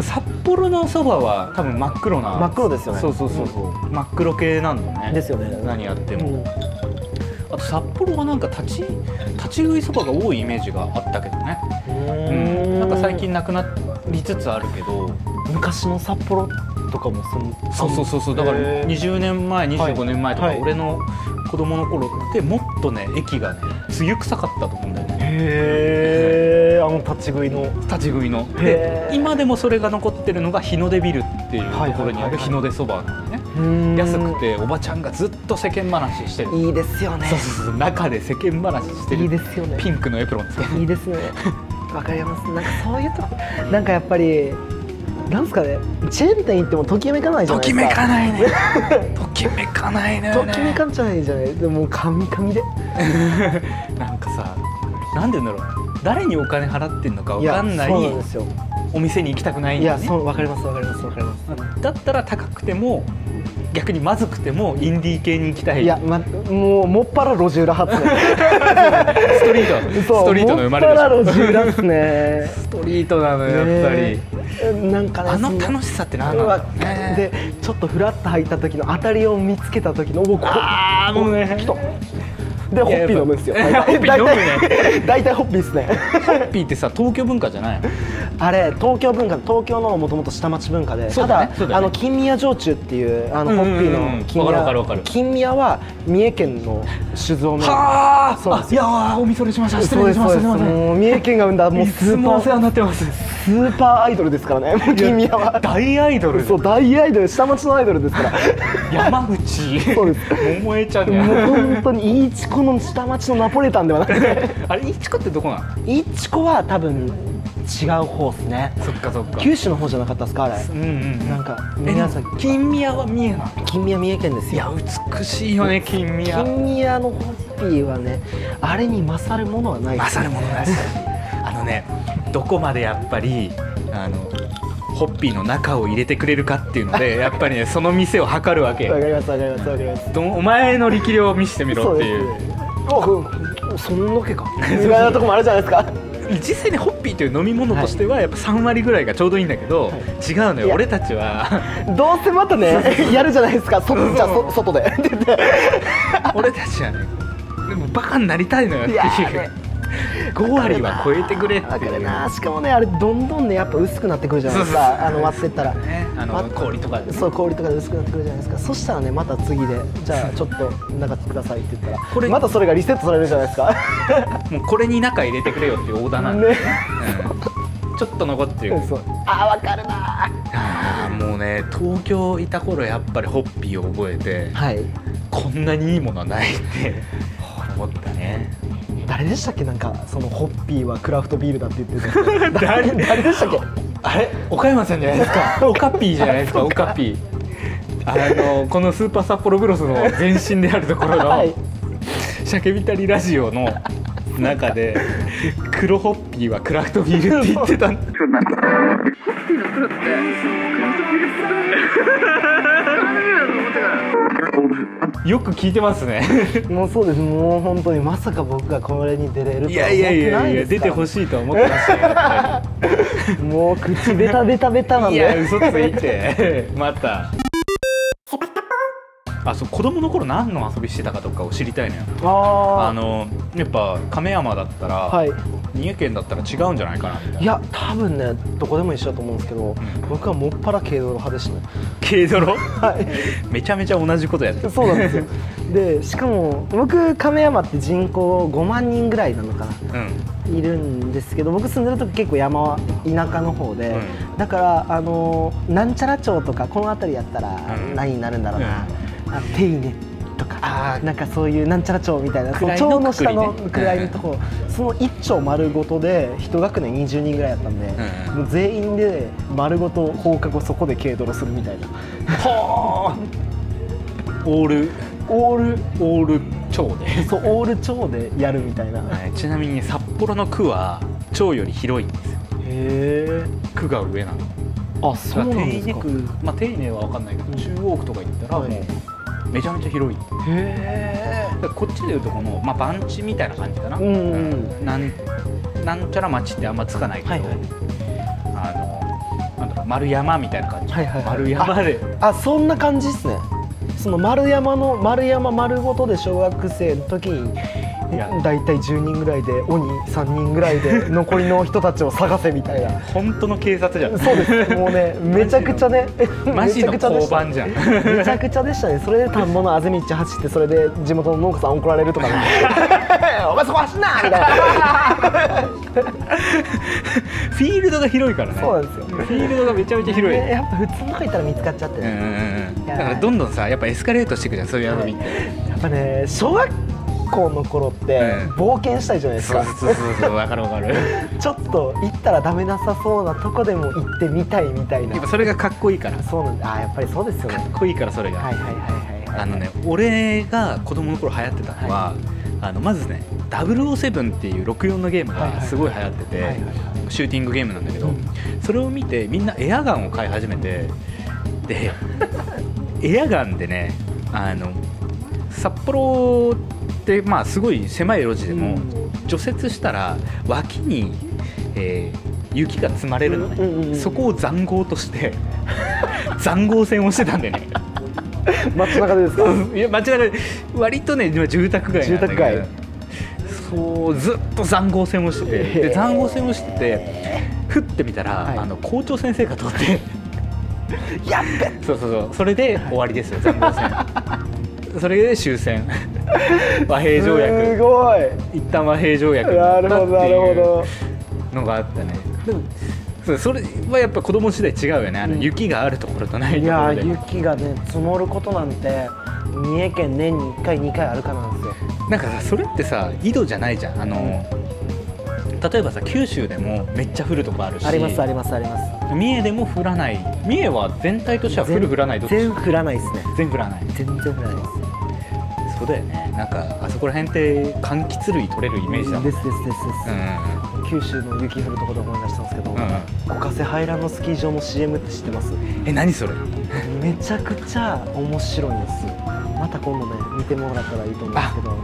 Speaker 2: う札幌のそばは多分真っ黒な
Speaker 1: 真っ黒ですよね
Speaker 2: そうそうそうそう、真っ黒系なんだね
Speaker 1: ですよね
Speaker 2: 何やっても、
Speaker 1: うん
Speaker 2: あと札幌はなんか立ち立ち食いそばが多いイメージがあったけどね、うん、なんか最近なくなりつつあるけど
Speaker 1: 昔の札幌とかもその
Speaker 2: そうそうそうそうだから
Speaker 1: へー
Speaker 2: 20年前25年前とか、
Speaker 1: はい
Speaker 2: 俺の子供の頃ってもっとね駅がね梅雨臭かったと思うんだよね
Speaker 1: へえあの立ち食いの
Speaker 2: 立ち食いの
Speaker 1: へ
Speaker 2: で
Speaker 1: ー
Speaker 2: 今でもそれが残ってるのが日の出ビルっていうところにあ
Speaker 1: はいはいはいは
Speaker 2: る
Speaker 1: い
Speaker 2: 日の出そばなんだよね安くておばちゃんがずっと世間話してる
Speaker 1: いいですよね
Speaker 2: そうそうそう中で世間話してる
Speaker 1: いいですよね
Speaker 2: ピンクのエプロンつけて
Speaker 1: いいですねわかりますなんかそういうとこなんかやっぱりなんすかねチェーン店行ってもときめかないじゃ
Speaker 2: と
Speaker 1: ない
Speaker 2: き
Speaker 1: ですか
Speaker 2: めかない ねときめかないのよね
Speaker 1: ときめかんじゃないじゃないでもカミカミで
Speaker 2: なんかさなんで言うんだろう誰にお金払ってんのかわ
Speaker 1: いや
Speaker 2: かんない
Speaker 1: そうなんですよ
Speaker 2: お店に行きたくないん
Speaker 1: い
Speaker 2: だよ
Speaker 1: や
Speaker 2: ね
Speaker 1: そうわかりますわかりますわかります
Speaker 2: だったら高くても逆にまずくてもインディー系に行きたい
Speaker 1: いや、ま、もうもっぱら路地裏発明
Speaker 2: ストリー トストリートの生まれでしょ
Speaker 1: もっぱら路地裏っすね
Speaker 2: ストリートなのよ やっぱり、
Speaker 1: りなんかね
Speaker 2: あ
Speaker 1: そ
Speaker 2: の楽しさって何
Speaker 1: う
Speaker 2: な
Speaker 1: わ
Speaker 2: んだろうね
Speaker 1: でちょっとフラッと入った時の当たりを見つけた時のおおこ
Speaker 2: ああもうね
Speaker 1: 来たでホ
Speaker 2: いや
Speaker 1: ッピー飲むんですよ
Speaker 2: やっぱホッピー飲む
Speaker 1: ね大体ホッピーですね
Speaker 2: ホッピーってさ東京文化じゃないの
Speaker 1: あれ東京文化東京のもともと下町文化で
Speaker 2: そう
Speaker 1: た
Speaker 2: だね
Speaker 1: だ
Speaker 2: そうだね
Speaker 1: あの金宮焼酎っていうあ
Speaker 2: う
Speaker 1: の
Speaker 2: んう
Speaker 1: ホ
Speaker 2: んうん
Speaker 1: ッピーの金
Speaker 2: わかるわかるわかる
Speaker 1: 宮金宮は三重県の酒造の
Speaker 2: はあ
Speaker 1: そうですよ
Speaker 2: あいやーお見それしました失
Speaker 1: そう
Speaker 2: 礼し
Speaker 1: です
Speaker 2: まし
Speaker 1: そう
Speaker 2: た
Speaker 1: で
Speaker 2: す
Speaker 1: す
Speaker 2: いません
Speaker 1: もう三重県が生んだもう
Speaker 2: い
Speaker 1: ス
Speaker 2: つ
Speaker 1: ー
Speaker 2: も
Speaker 1: パ
Speaker 2: お世話
Speaker 1: ー
Speaker 2: になってます
Speaker 1: スーパーアイドルですからねもう金宮は
Speaker 2: 大アイドル
Speaker 1: そう大アイドル下町のアイドルですから
Speaker 2: 山口
Speaker 1: そうです
Speaker 2: 桃江ちゃん
Speaker 1: も
Speaker 2: ね
Speaker 1: う本当にいちこの下町のナポレタンではなくて
Speaker 2: あれいちこってどこなの
Speaker 1: イチコは多分違う方ですね
Speaker 2: そっかそっか
Speaker 1: 九州の方じゃなかったですかあれ
Speaker 2: うんうん
Speaker 1: なんか
Speaker 2: え
Speaker 1: 宮崎
Speaker 2: 金宮は三重なの
Speaker 1: 金宮三重県です
Speaker 2: い
Speaker 1: よ
Speaker 2: や美しいよね金宮
Speaker 1: 金宮のホッピーはねあれに勝るものはない
Speaker 2: 勝るものだしあのねどこまでやっぱりあのホッピーの中を入れてくれるかっていうの でやっぱりねその店を測るわけ
Speaker 1: わかりますわかりますわかります
Speaker 2: どお前の力量を見せてみろっていう
Speaker 1: ですおそんな けかみたいなとこもあるじゃないですか
Speaker 2: 実際にホッピーという飲み物としてはやっぱ3割ぐらいがちょうどいいんだけど、
Speaker 1: はい
Speaker 2: 違うの
Speaker 1: い
Speaker 2: よ
Speaker 1: や
Speaker 2: 俺たちは
Speaker 1: どうせまたねやるじゃないですかそ
Speaker 2: そう
Speaker 1: じゃあそ外で って言って
Speaker 2: 俺たちはねでもバカになりたいのよってい
Speaker 1: い や
Speaker 2: う、
Speaker 1: ーね
Speaker 2: 5割は超えてくれっ
Speaker 1: わ
Speaker 2: て
Speaker 1: か
Speaker 2: いう
Speaker 1: るなしかもねあれどんどんねやっぱ薄くなってくるじゃないです
Speaker 2: そうそうそう
Speaker 1: かあの割ってったら
Speaker 2: ねあの
Speaker 1: 割っ
Speaker 2: 氷とかで
Speaker 1: そう氷とかで薄くなってくるじゃないですかそしたらねまた次でじゃあちょっと中くださいって言ったら
Speaker 2: これ
Speaker 1: またそれがリセットされるじゃないですか
Speaker 2: もうこれに中入れてくれよっていうオーダーなんだよね うんちょっと残ってる
Speaker 1: そうあわかるな
Speaker 2: あーもうね東京いた頃やっぱりホッピーを覚えて、
Speaker 1: はい
Speaker 2: こんなにいいものはないって思ったね
Speaker 1: 誰でしたっけなんかそのホッピーはクラフトビールだって言ってる
Speaker 2: 誰
Speaker 1: 誰でしたっけ
Speaker 2: あれ岡山さんじゃないですか オカピーじゃないですかオカピーあのこのスーパーサッポロブロスの前身であるところ
Speaker 1: は
Speaker 2: の
Speaker 1: い
Speaker 2: シャケビタリラジオの中で黒ホッピーはクラフトビールって言ってたんだよく聞いてますね
Speaker 1: もうそうですもう本当にまさか僕がこれに出れるとは
Speaker 2: やい
Speaker 1: い思ってないです
Speaker 2: やいやいや出てほ
Speaker 1: し
Speaker 2: しいとは思ってましたよやっ
Speaker 1: いもう口ベタベタベタな
Speaker 2: ぱ
Speaker 1: ん
Speaker 2: り
Speaker 1: で
Speaker 2: いや嘘ついてまたあそう子供の頃何の遊びしてたかとかを知りたいのよ
Speaker 1: あ
Speaker 2: あのやっぱ亀山だったら、
Speaker 1: はい
Speaker 2: 三重県だったら違うんじゃないかなみたいない
Speaker 1: や多分ねどこでも一緒だと思うんですけど、僕はもっぱら軽度の派でしたね
Speaker 2: 軽泥
Speaker 1: はい
Speaker 2: めちゃめちゃ同じことやってる
Speaker 1: そうなんですよでしかも僕亀山って人口5万人ぐらいなのかな
Speaker 2: うん
Speaker 1: いるんですけど僕住んでるとこ結構山は田舎の方で、
Speaker 2: う
Speaker 1: だからあのなんちゃら町とかこの辺りやったら
Speaker 2: うん
Speaker 1: 何になるんだろうな、あ手稲と
Speaker 2: あ
Speaker 1: か
Speaker 2: ー
Speaker 1: なんかそういうなんちゃら町みたいなその
Speaker 2: 位
Speaker 1: 町
Speaker 2: の
Speaker 1: の下
Speaker 2: くく
Speaker 1: の
Speaker 2: りね
Speaker 1: くらいのところ、その一町丸ごとで一学年20人ぐらいだったんで、
Speaker 2: うん
Speaker 1: もう全員で丸ごと放課後そこで軽泥するみたいな
Speaker 2: はあオール
Speaker 1: オール
Speaker 2: オール町で、
Speaker 1: そうオール町でやるみたいな、
Speaker 2: は
Speaker 1: へ
Speaker 2: いちなみに札幌の区は町より広いんですよ
Speaker 1: え
Speaker 2: 区が上なの
Speaker 1: あそうなんです
Speaker 2: だ
Speaker 1: から
Speaker 2: 手稲区まあ手稲は分かんないけど、
Speaker 1: うん
Speaker 2: 中央区とか行ったらも
Speaker 1: はいう
Speaker 2: めちゃめちゃ広いだ
Speaker 1: へえ
Speaker 2: からこっちでいうとこの、まあ、番地みたいな感じかな、
Speaker 1: うんうん
Speaker 2: なんなんちゃら町ってあんまつかないけど、
Speaker 1: はいはい
Speaker 2: あのなんだろう丸山みたいな感じ、
Speaker 1: はいはいはい
Speaker 2: 丸山で
Speaker 1: あそんな感じっすねその丸山の丸山丸ごとで小学生の時に
Speaker 2: いや
Speaker 1: 大体10人ぐらいで鬼3人ぐらいで 残りの人たちを探せみたいな
Speaker 2: 本当の警察じゃん
Speaker 1: そうですもうねめちゃくちゃね
Speaker 2: マジの
Speaker 1: めちゃくちゃで
Speaker 2: 交
Speaker 1: した
Speaker 2: 番じゃん
Speaker 1: めちゃくちゃでしたねそれで田んぼのあぜ道走ってそれで地元の農家さん怒られるとかね お前そこ走んなみたいな
Speaker 2: フィールドが広いからね
Speaker 1: そうなんですよ
Speaker 2: フィールドがめちゃめちゃ広い、
Speaker 1: ねやっぱ普通の子いたら見つかっちゃって
Speaker 2: うん
Speaker 1: ね、
Speaker 2: うんうんだからどんどんさやっぱエスカレートしていくじゃんそういう遊びって、
Speaker 1: やっぱね小学校の頃って
Speaker 2: うん
Speaker 1: 冒険したいじゃないです
Speaker 2: そ
Speaker 1: か、
Speaker 2: うそうそうそう分かる分かる
Speaker 1: ちょっと行ったらダメなさそうなとこでも行ってみたいみたいな
Speaker 2: やっぱそれがかっこいいからか
Speaker 1: そうなんだあーやっぱりそうですよね
Speaker 2: っこいいからそれが、
Speaker 1: はいはいはいはいはい
Speaker 2: あのね俺が子供の頃流行ってたのは、あのまずね007っていう64のゲーム
Speaker 1: はいはい
Speaker 2: がすごい流行ってて、
Speaker 1: はいはいはい
Speaker 2: シューティングゲームなんだけど、
Speaker 1: うん
Speaker 2: それを見てみんなエアガンを買い始めて でエアガンでねあの札幌ってまあすごい狭い路地でも、
Speaker 1: うん
Speaker 2: 除雪したら脇に、えー雪が積まれるのね、
Speaker 1: うんうんうん
Speaker 2: そこを塹壕として 塹壕戦をしてたんでね
Speaker 1: 街中でですか
Speaker 2: いや街中で割とね今住宅街なんだけど
Speaker 1: 住宅
Speaker 2: そうずっと塹壕戦をしてて
Speaker 1: へ
Speaker 2: で
Speaker 1: ー
Speaker 2: 塹壕戦をしててふってみたら、
Speaker 1: はい
Speaker 2: あの校長先生が通って
Speaker 1: やっべ
Speaker 2: そうそうそうそれで終わりですよ塹壕戦 それで終戦和平条
Speaker 1: す
Speaker 2: 約
Speaker 1: ご
Speaker 2: 一旦和平条約
Speaker 1: い
Speaker 2: になっ
Speaker 1: な
Speaker 2: たっ
Speaker 1: る
Speaker 2: て
Speaker 1: ほどなる
Speaker 2: い
Speaker 1: ほ
Speaker 2: う
Speaker 1: ど
Speaker 2: のがあったねでもそうそれはやっぱ子供時代違うよねあの
Speaker 1: うん
Speaker 2: 雪があるところとないと
Speaker 1: い
Speaker 2: こ
Speaker 1: や
Speaker 2: ろで
Speaker 1: ー雪がね積もることなんて三重県年に1回2回あるかなんですよ
Speaker 2: なんかさそれってさ井戸じゃないじゃんあの例えばさ九州でもめっちゃ降るとこあるし
Speaker 1: ありますありますあります
Speaker 2: 三重でも降らない三重は全体としては降る降らないどっち
Speaker 1: 全然降らないですね
Speaker 2: 全降らない
Speaker 1: 全然降らないです
Speaker 2: そうだよねなんかあそこら辺って柑橘類取れるイメージだもん
Speaker 1: ですですですです、
Speaker 2: うんうん
Speaker 1: 九州の雪降るとこで思い出したんですけど、
Speaker 2: うんうん
Speaker 1: 五ヶ瀬ハイランドスキー場の CM って知ってます
Speaker 2: え何それ
Speaker 1: めちゃくちゃ面白いんですよまた今度ね見てもらったらいいと思うんですけど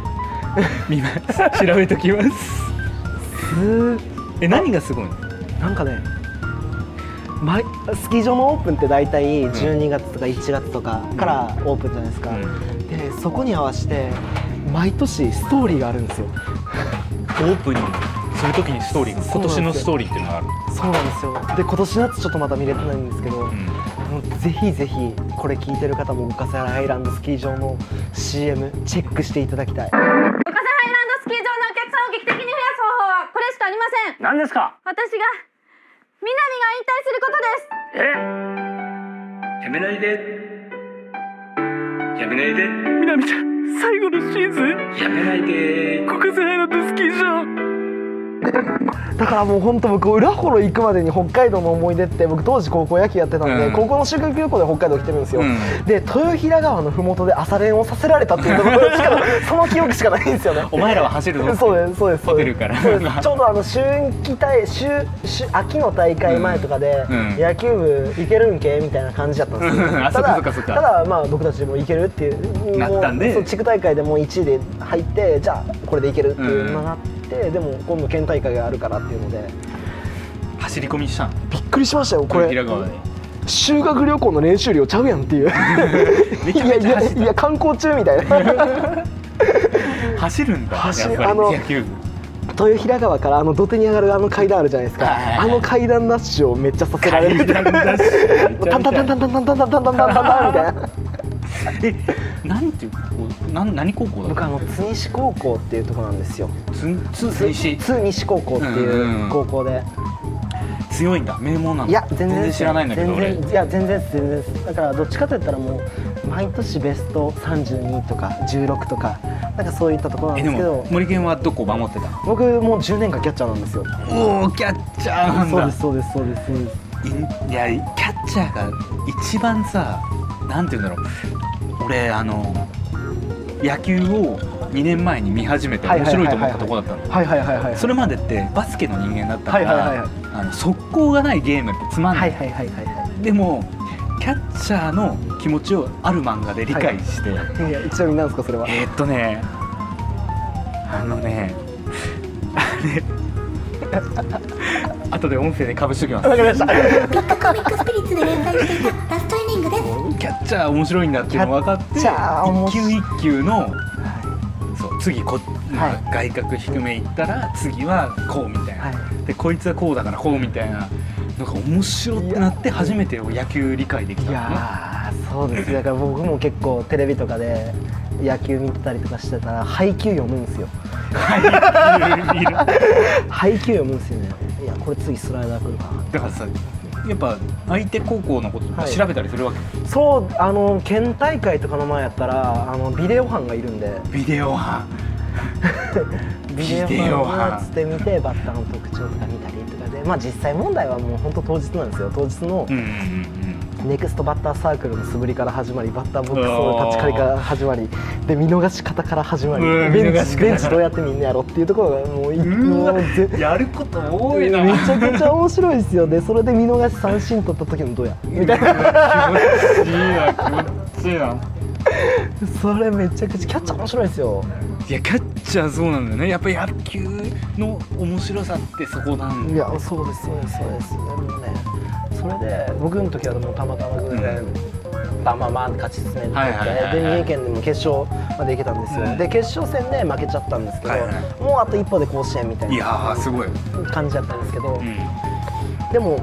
Speaker 2: 見ます調べときます
Speaker 1: す
Speaker 2: え何がすごいの
Speaker 1: ーなんかね毎スキー場のオープンって大体12月とか1月とかからオープンじゃないですか、でそこに合わせて毎年ストーリーがあるんですよ
Speaker 2: オープンにするときにストーリーが今年のストーリーっていうのがある
Speaker 1: そうなんですよで今年のやつちょっとまだ見れてないんですけど、もうぜひぜひこれ聞いてる方も五ヶ瀬アイランドスキー場の CM チェックしていただきたい
Speaker 4: 五ヶ瀬ハイランドスキー場のお客さんを劇的に増やす方法はこれしかありません
Speaker 5: 何ですか
Speaker 4: 私が南が引退することです
Speaker 5: えやめないでやめないでみなみちゃん最後のシーズンやめないでここハイランドスキー場
Speaker 1: だからもう本当僕裏幌行くまでに北海道の思い出って僕当時高校野球やってたんで、
Speaker 2: うん
Speaker 1: 高校の修学旅行で北海道来てるんですよ、
Speaker 2: うん
Speaker 1: で豊平川の麓で朝練をさせられたっていうところ しかその記憶しかないんですよね
Speaker 2: お前らは走るぞ
Speaker 1: そうですそうですそう
Speaker 2: ホテ
Speaker 1: で
Speaker 2: ル
Speaker 1: す
Speaker 2: から
Speaker 1: そうですちょうどあの春季大秋秋秋の大会前とかで、
Speaker 2: うんうん
Speaker 1: 野球部行けるんけみたいな感じだったんですよ、
Speaker 2: うんあ
Speaker 1: た
Speaker 2: そっ
Speaker 1: だ
Speaker 2: かそっかそっか
Speaker 1: ただまあ僕たちも行けるっていう
Speaker 2: なったんで
Speaker 1: もうそう地区大会でもう1位で入ってじゃあこれで行けるっていうのがあって、でも今度県大会があるからっていうので
Speaker 2: 走り込みしたん
Speaker 1: びっくりしましたよこれ
Speaker 2: 平川で
Speaker 1: 修学旅行の練習量ちゃうやんっていう
Speaker 2: め
Speaker 1: い
Speaker 2: ちゃめ
Speaker 1: やい
Speaker 2: ちゃ
Speaker 1: や
Speaker 2: 走
Speaker 1: い
Speaker 2: っ
Speaker 1: や観光中みたいな
Speaker 2: た走るんだ
Speaker 1: 走る
Speaker 2: やっぱり
Speaker 1: あの
Speaker 2: 野球部
Speaker 1: 豊平川からあの土手に上がるあの階段あるじゃないです
Speaker 2: はいはい
Speaker 1: か
Speaker 2: は
Speaker 1: あ
Speaker 2: い
Speaker 1: の階段ダッシュをめっちゃさせられる
Speaker 2: 階段ダッシュめちゃ
Speaker 1: タン
Speaker 2: め
Speaker 1: タ
Speaker 2: ち
Speaker 1: ンタ
Speaker 2: ゃ
Speaker 1: ンタンタンタンタンタンタンタンタンタンみたいな
Speaker 2: えなんていうこうなん何高校だ
Speaker 1: 僕あの津西高校っていうとこなんですよ
Speaker 2: つつ
Speaker 1: 津
Speaker 2: 西
Speaker 1: 津西高校っていう高校で
Speaker 2: 強いんだ名門なんだ
Speaker 1: いや全然
Speaker 2: 知らないんだけど俺
Speaker 1: 全然いや全然です全然ですだからどっちかといったらもう毎年ベスト32とか16とかなんかそういったところなん
Speaker 2: え
Speaker 1: で
Speaker 2: です
Speaker 1: けど
Speaker 2: も森健はどこ守ってた
Speaker 1: 僕もう10年間キャッチャーなんですよ
Speaker 2: おおキャッチャーなん
Speaker 1: そう
Speaker 2: だ
Speaker 1: ですそうですそうですそうです
Speaker 2: いいやキャッチャーが一番さなんて言うんだろう俺あの野球を2年前に見始めて面白いと思ったところだったの
Speaker 1: はいはいはいはい
Speaker 2: それまでってバスケの人間だったか
Speaker 1: はいはいはい
Speaker 2: ら
Speaker 1: はい
Speaker 2: あの速攻がないゲームってつまんな
Speaker 1: はいいはいはいはいは
Speaker 2: でもキャッチャーの気持ちをある漫画で理解して、
Speaker 1: いいや一応なんですかそれは
Speaker 2: えー、っとねあのねあれ 後で音声でかぶしときます
Speaker 1: かりました
Speaker 6: コミックスピリッツで連載していたラストイニングです
Speaker 2: キャッチャー面白いんだっていうの分かって
Speaker 1: キャッチャー面
Speaker 2: 一
Speaker 1: 白
Speaker 2: 球
Speaker 1: い
Speaker 2: 一球のそう次こ、
Speaker 1: は
Speaker 2: 外
Speaker 1: い
Speaker 2: 角低めいったら次はこうみたいな、
Speaker 1: はい
Speaker 2: でこいつはこうだからこうみたいななんか面白ってなって初めて野球理解できた
Speaker 1: い
Speaker 2: のね
Speaker 1: やーそうですだから僕も結構テレビとかで野球見てたりとかしてたら配球読むんですよ
Speaker 2: はいいるいる
Speaker 1: 配球読むんですよねいやこれ次スライダー来るかな
Speaker 2: だからさやっぱ相手高校のこととか
Speaker 1: はい
Speaker 2: 調べたりするわけ、
Speaker 1: そうあの県大会とかの前やったらあのビデオ班がいるんで
Speaker 2: ビデオは
Speaker 1: ビ
Speaker 2: ビデ
Speaker 1: デ
Speaker 2: オ
Speaker 1: オ
Speaker 2: 班
Speaker 1: 班をつって見てバッターの特徴とか見たりとかでまあ実際問題はもう本当当日なんですよ当日の
Speaker 2: うんうんうん
Speaker 1: ネクストバッターサークルの素振りから始まりバッターボックスの立ち借りから始まりで見逃し方から始まり
Speaker 2: うん
Speaker 1: ベ
Speaker 2: 見
Speaker 1: ン
Speaker 2: 逃し
Speaker 1: チ
Speaker 2: 方から
Speaker 1: ベンチどうやってみんなやろうっていうところがもうい
Speaker 2: うん
Speaker 1: も
Speaker 2: わ
Speaker 1: うぜ
Speaker 2: やること多
Speaker 1: め
Speaker 2: い
Speaker 1: ち
Speaker 2: な
Speaker 1: ゃくちゃ面白いですよねそれで見逃し三振取った時のどうやみた い
Speaker 2: 気
Speaker 1: な
Speaker 2: 持ちいいな気持ちいいな
Speaker 1: それめちゃくちゃキャッチャー面白いですよ
Speaker 2: いやキャッチャーそうなんだよねやっぱ野球の面白さってそこなん
Speaker 1: い
Speaker 2: だ
Speaker 1: やそうですそうですそうですでもねそれで僕の時はもうたまたまぐらいで、まあまあまあ勝ち進めて、
Speaker 2: はいはいはいはい
Speaker 1: で三重県でも決勝まで行けたんですよ、
Speaker 2: うん
Speaker 1: で決勝戦で負けちゃったんですけど、
Speaker 2: はいはい
Speaker 1: もうあと一歩で甲子園みたい
Speaker 2: いや
Speaker 1: な
Speaker 2: ーすごい、うん、
Speaker 1: 感じだったんですけど、でも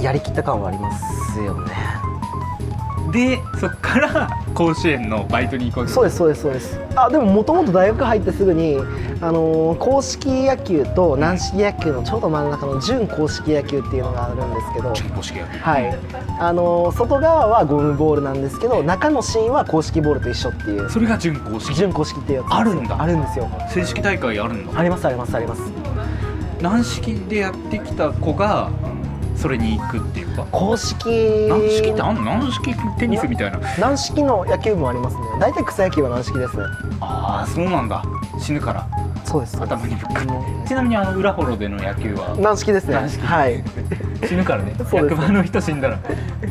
Speaker 1: やりきった感はありますよね
Speaker 2: でそっから甲子園のバイトに行こう
Speaker 1: そうですそうですそうですあでももともと大学入ってすぐに、あのー硬式野球と軟式野球のちょうど真ん中の準硬式野球っていうのがあるんですけど
Speaker 2: 準公式や
Speaker 1: はい、あのー外側はゴムボールなんですけど中の芯は公式ボールと一緒っていう
Speaker 2: それが準公式
Speaker 1: 準公式っていうやつ
Speaker 2: あるんだ
Speaker 1: あるんですよ
Speaker 2: 正式大会あるんだ
Speaker 1: ありますありますあります
Speaker 2: 軟式でやってきた子がそれに行くっていうか
Speaker 1: 公式
Speaker 2: 軟式ってあんの軟式テニスみたいな
Speaker 1: 軟式の野球部もありますね大体草野球は軟式ですね
Speaker 2: ああそうなんだ死ぬから
Speaker 1: そうですそうです
Speaker 2: 頭にぶっかけちなみにあの裏幌での野球は
Speaker 1: 軟式ですね
Speaker 2: 軟式
Speaker 1: はい
Speaker 2: 死ぬからね
Speaker 1: そうで
Speaker 2: 役
Speaker 1: す
Speaker 2: 場の人死んだら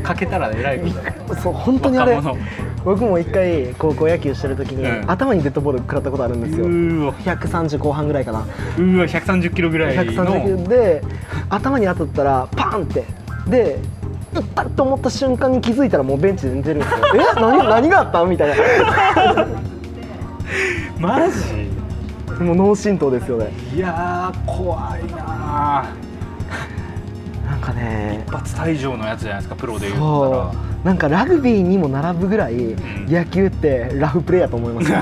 Speaker 2: かけたらえらいことだよ
Speaker 1: そう本当にあれ
Speaker 2: 若者
Speaker 1: 僕も一回高校野球してる時に、
Speaker 2: うん
Speaker 1: 頭にデッドボール食らったことあるんです
Speaker 2: う
Speaker 1: よ
Speaker 2: ーわ
Speaker 1: 130後半ぐらいかな
Speaker 2: うーわ130キロぐらいの
Speaker 1: 130で頭に当たったらパーンってで打ったと思った瞬間に気づいたらもうベンチで寝てるんですよえ何何があったみたい
Speaker 2: マジ
Speaker 1: なもう脳震盪ですよね
Speaker 2: いやー怖いなー
Speaker 1: なんかね
Speaker 2: 一発退場のやつじゃないですかプロで言ったら
Speaker 1: そうなんかラグビーにも並ぶぐらい野球ってラフプレーやと思いますよ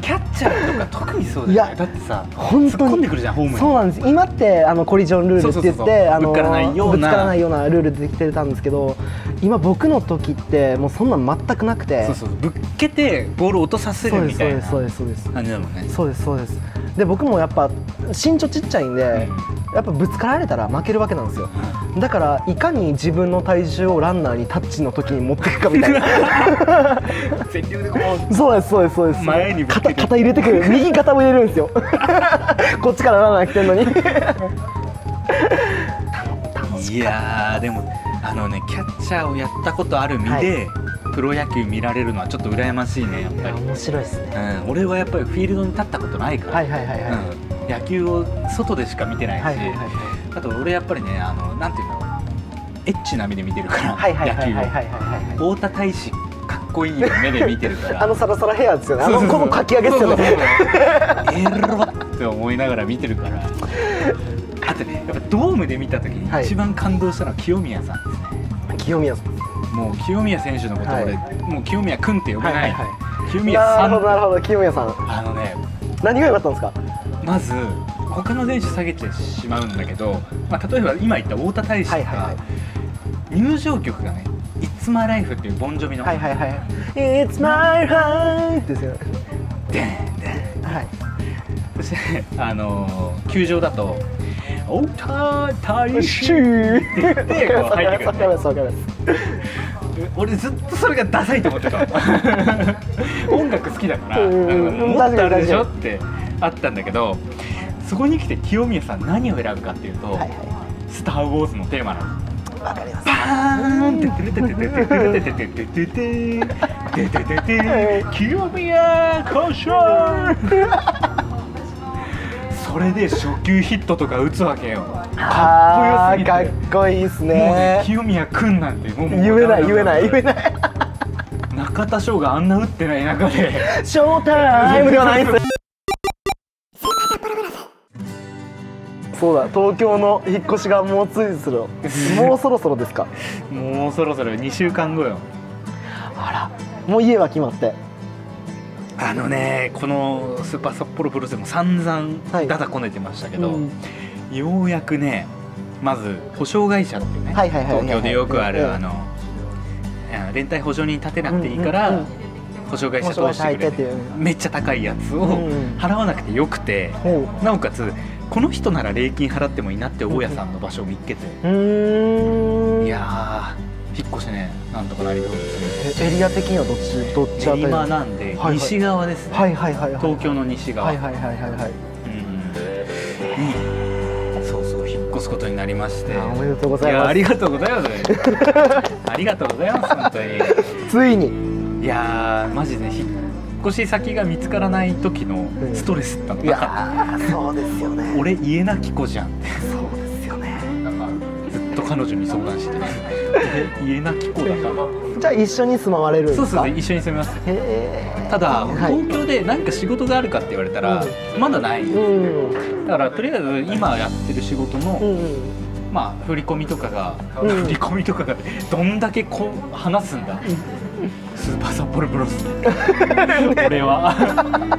Speaker 2: キャッチャーとか特にそうだ
Speaker 1: い
Speaker 2: よね
Speaker 1: や
Speaker 2: だってさ
Speaker 1: 本
Speaker 2: 突
Speaker 1: 当
Speaker 2: っ
Speaker 1: に
Speaker 2: 込んでくるじゃんホームに
Speaker 1: そうなんです今ってあのコリジョンルールって言って
Speaker 2: そうそうそうそう
Speaker 1: あの
Speaker 2: ぶつからないような
Speaker 1: ぶつからないようなルールでできてたんですけど今僕の時ってもうそんなん全くなくて
Speaker 2: そうそうぶっけてボール落とさせ
Speaker 1: そ
Speaker 2: る
Speaker 1: うで
Speaker 2: み
Speaker 1: す
Speaker 2: たいな
Speaker 1: そうで
Speaker 2: 感
Speaker 1: すそうですそうです
Speaker 2: じだもんね
Speaker 1: そうですそうですで僕もやっぱ身長ちっちゃいんで、やっぱぶつかられたら負けるわけなんですよだからいかに自分の体重をランナーにタッチの時に持っていくかみた いな
Speaker 2: 全力でこ
Speaker 1: そうですそうですそうです
Speaker 2: 前にぶつけて
Speaker 1: 肩肩入れてくる右肩も入れるんですよ こっちからランナー来てんのに
Speaker 2: ういやーでもあのねキャッチャーをやったことある身で、プロ野球見られるのはちょっと羨ましいねやっ
Speaker 1: い
Speaker 2: ぱ
Speaker 1: や
Speaker 2: り
Speaker 1: 面白いですね
Speaker 2: うん、俺はやっぱりフィールドに立ったことないから、
Speaker 1: はいはいはいはい、
Speaker 2: うん、野球を外でしか見てないし、
Speaker 1: はいはいはいはい
Speaker 2: あと俺やっぱりねあのなんていうのエッチな目で見てるから、
Speaker 1: はいはいはい
Speaker 2: 野球
Speaker 1: はい
Speaker 2: を
Speaker 1: はいはいはい
Speaker 2: 太田大志かっこいい目で見てるから
Speaker 1: あのサラサラヘアですよねあ
Speaker 2: そう
Speaker 1: の
Speaker 2: そうそう
Speaker 1: このかき上げですよね
Speaker 2: そうそうそうエロって思いながら見てるからあとねやっぱドームで見た時
Speaker 1: は
Speaker 2: に
Speaker 1: い
Speaker 2: 一番感動したのは清宮さんですね、
Speaker 1: 清宮さん
Speaker 2: もう清宮選手のこと俺、
Speaker 1: はい
Speaker 2: もう清宮君って呼べない、
Speaker 1: はいはい
Speaker 2: 清宮
Speaker 1: な
Speaker 2: さ
Speaker 1: るほどなんるほど清宮さん
Speaker 2: あのね
Speaker 1: 何が良かったんですか
Speaker 2: まず他の選手下げてしまうんだけど、まあ、例えば今言った太田大志と
Speaker 1: はいはいは
Speaker 2: か
Speaker 1: い
Speaker 2: 入場曲がね「It's My Life」っていうボンジョビの、
Speaker 1: はいはいはい「It's my life」ですよね
Speaker 2: でんでん
Speaker 1: はい
Speaker 2: そして あのー球場だと「太田
Speaker 1: 「
Speaker 2: 大
Speaker 1: シ
Speaker 2: 志」
Speaker 1: ュー」
Speaker 2: って言ってこう入ってくる
Speaker 1: わかりますわかります
Speaker 2: 俺ずっとそれがダサいと思ってた音楽好きだから、
Speaker 1: うんうんうん
Speaker 2: もっとあるでしょっ
Speaker 1: 確
Speaker 2: てあったんだけどそこに来て清宮さん何を選ぶかっていうと「
Speaker 1: はいは
Speaker 2: スター・ウォーズ」のテーマなの。
Speaker 1: いわかります
Speaker 2: パーンってててててててててててててててて清宮コーシそれで初級ヒットとか打つわけよかっこよすぎて
Speaker 1: あーかっこいいです
Speaker 2: もうね
Speaker 1: ね
Speaker 2: 清宮くんなんてもう
Speaker 1: 言えない言えない言えない
Speaker 2: 中田翔があんな打ってない中で
Speaker 1: ショータイムではないですそうだ東京の引っ越しがもうついする もうそろそろですか
Speaker 2: もうそろそろ2週間後よ
Speaker 1: あらもう家は決まって
Speaker 2: あのねこのスーパー札幌プロレスでも散々
Speaker 1: はい
Speaker 2: ダダこねてましたけど、
Speaker 1: うん
Speaker 2: ようやくねまず保証会社っていうね
Speaker 1: はいはいはいはいはい
Speaker 2: 東京でよくあ
Speaker 1: うん
Speaker 2: る
Speaker 1: うん
Speaker 2: あのあの連帯保証人立てなくていいから、
Speaker 1: うんうん
Speaker 2: 保証会社通してくれ
Speaker 1: 保証会社入ってって
Speaker 2: て
Speaker 1: いう
Speaker 2: めっちゃ高いやつを
Speaker 1: うんうん
Speaker 2: 払わなくてよくて、
Speaker 1: ほう
Speaker 2: なおかつこの人なら礼金払ってもいいなって大家さんの場所を見っけて、
Speaker 1: うーん
Speaker 2: いやー引っ越してねなんとかなりそうですね
Speaker 1: えエリア的にはどっちどっちあたり
Speaker 2: 練馬なんで、
Speaker 1: はいはい
Speaker 2: 西側ですね、
Speaker 1: はいはいはいはい
Speaker 2: 東京の西側、
Speaker 1: はいはいはいはいはい
Speaker 2: うんにそうそう引っ越すことになりまして
Speaker 1: あおめでとうご
Speaker 2: い
Speaker 1: ざい
Speaker 2: や
Speaker 1: ま
Speaker 2: あ
Speaker 1: す
Speaker 2: りがとうございます ありがとうございます本当
Speaker 1: ついに
Speaker 2: にいやーマジで引っ越し先が見つからない時のストレスっての
Speaker 1: い
Speaker 2: なか
Speaker 1: やーそうですよ
Speaker 2: っ
Speaker 1: ね
Speaker 2: た俺家なき子じゃんって
Speaker 1: そうですよね
Speaker 2: なんかずっと彼女に相談してね俺家なき子だから
Speaker 1: じゃあ一緒に住まわれるんです
Speaker 2: そう
Speaker 1: か
Speaker 2: そう一緒に住みます
Speaker 1: へえ
Speaker 2: ただ
Speaker 1: はい
Speaker 2: 東京で何か仕事があるかって言われたらまだない
Speaker 1: うん
Speaker 2: だからとりあえず今やってる仕事の
Speaker 1: うん
Speaker 2: まあ振り込みとかが、
Speaker 1: うん
Speaker 2: 振り込みとかがどんだけこう話すんだ、スーパーサッポロブロス 俺はまあまあ
Speaker 1: 赤裸々トーク赤裸々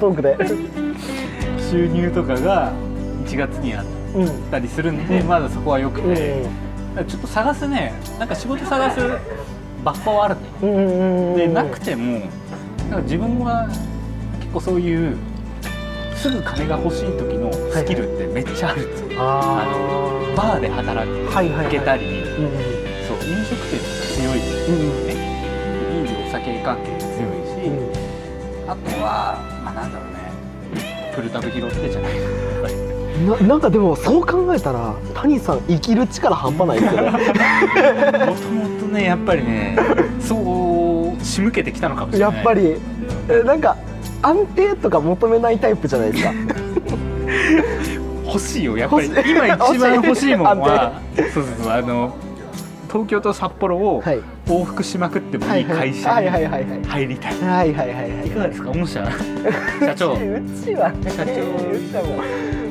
Speaker 1: トークで
Speaker 2: 収入とかが1月にあっ
Speaker 1: うん
Speaker 2: たりするんで、まだそこはよく
Speaker 1: うん
Speaker 2: て、ちょっと探すねなんか仕事探すバッファはあるんだよ
Speaker 1: うんうんうん
Speaker 2: でなくてもなんか自分は結構そういうすぐ金が欲しい時のスキルってめっちゃあるんですよ、
Speaker 1: あ
Speaker 2: あのバーで働
Speaker 1: はいはいはい
Speaker 2: けたり、
Speaker 1: うん
Speaker 2: そう飲食店強いです
Speaker 1: うん
Speaker 2: ねいいお酒関係強いし、
Speaker 1: うん
Speaker 2: あとはまあなんだろうねプルタブ拾ってじゃないけど
Speaker 1: ななんかでもそう考えたら谷さん生きる力半端ないですよ ね
Speaker 2: もともとねやっぱりねそう仕向けてきたのかもしれ
Speaker 1: や
Speaker 2: ない
Speaker 1: っぱりえなんか安定とか求めないタイプじゃないですか
Speaker 2: 欲しいよやっぱり
Speaker 1: 欲しい
Speaker 2: 今一番欲しいもんは
Speaker 1: 安
Speaker 2: そうそうそうあの東京と札幌を
Speaker 1: はい
Speaker 2: 往復しまくっても
Speaker 1: はいい
Speaker 2: い
Speaker 1: はい
Speaker 2: 会社
Speaker 1: はい
Speaker 2: に
Speaker 1: はいはいはい
Speaker 2: 入りたい
Speaker 1: はいはいはいはい
Speaker 2: いかがですか御社社長
Speaker 1: うちはね
Speaker 2: 社長
Speaker 1: うちはもう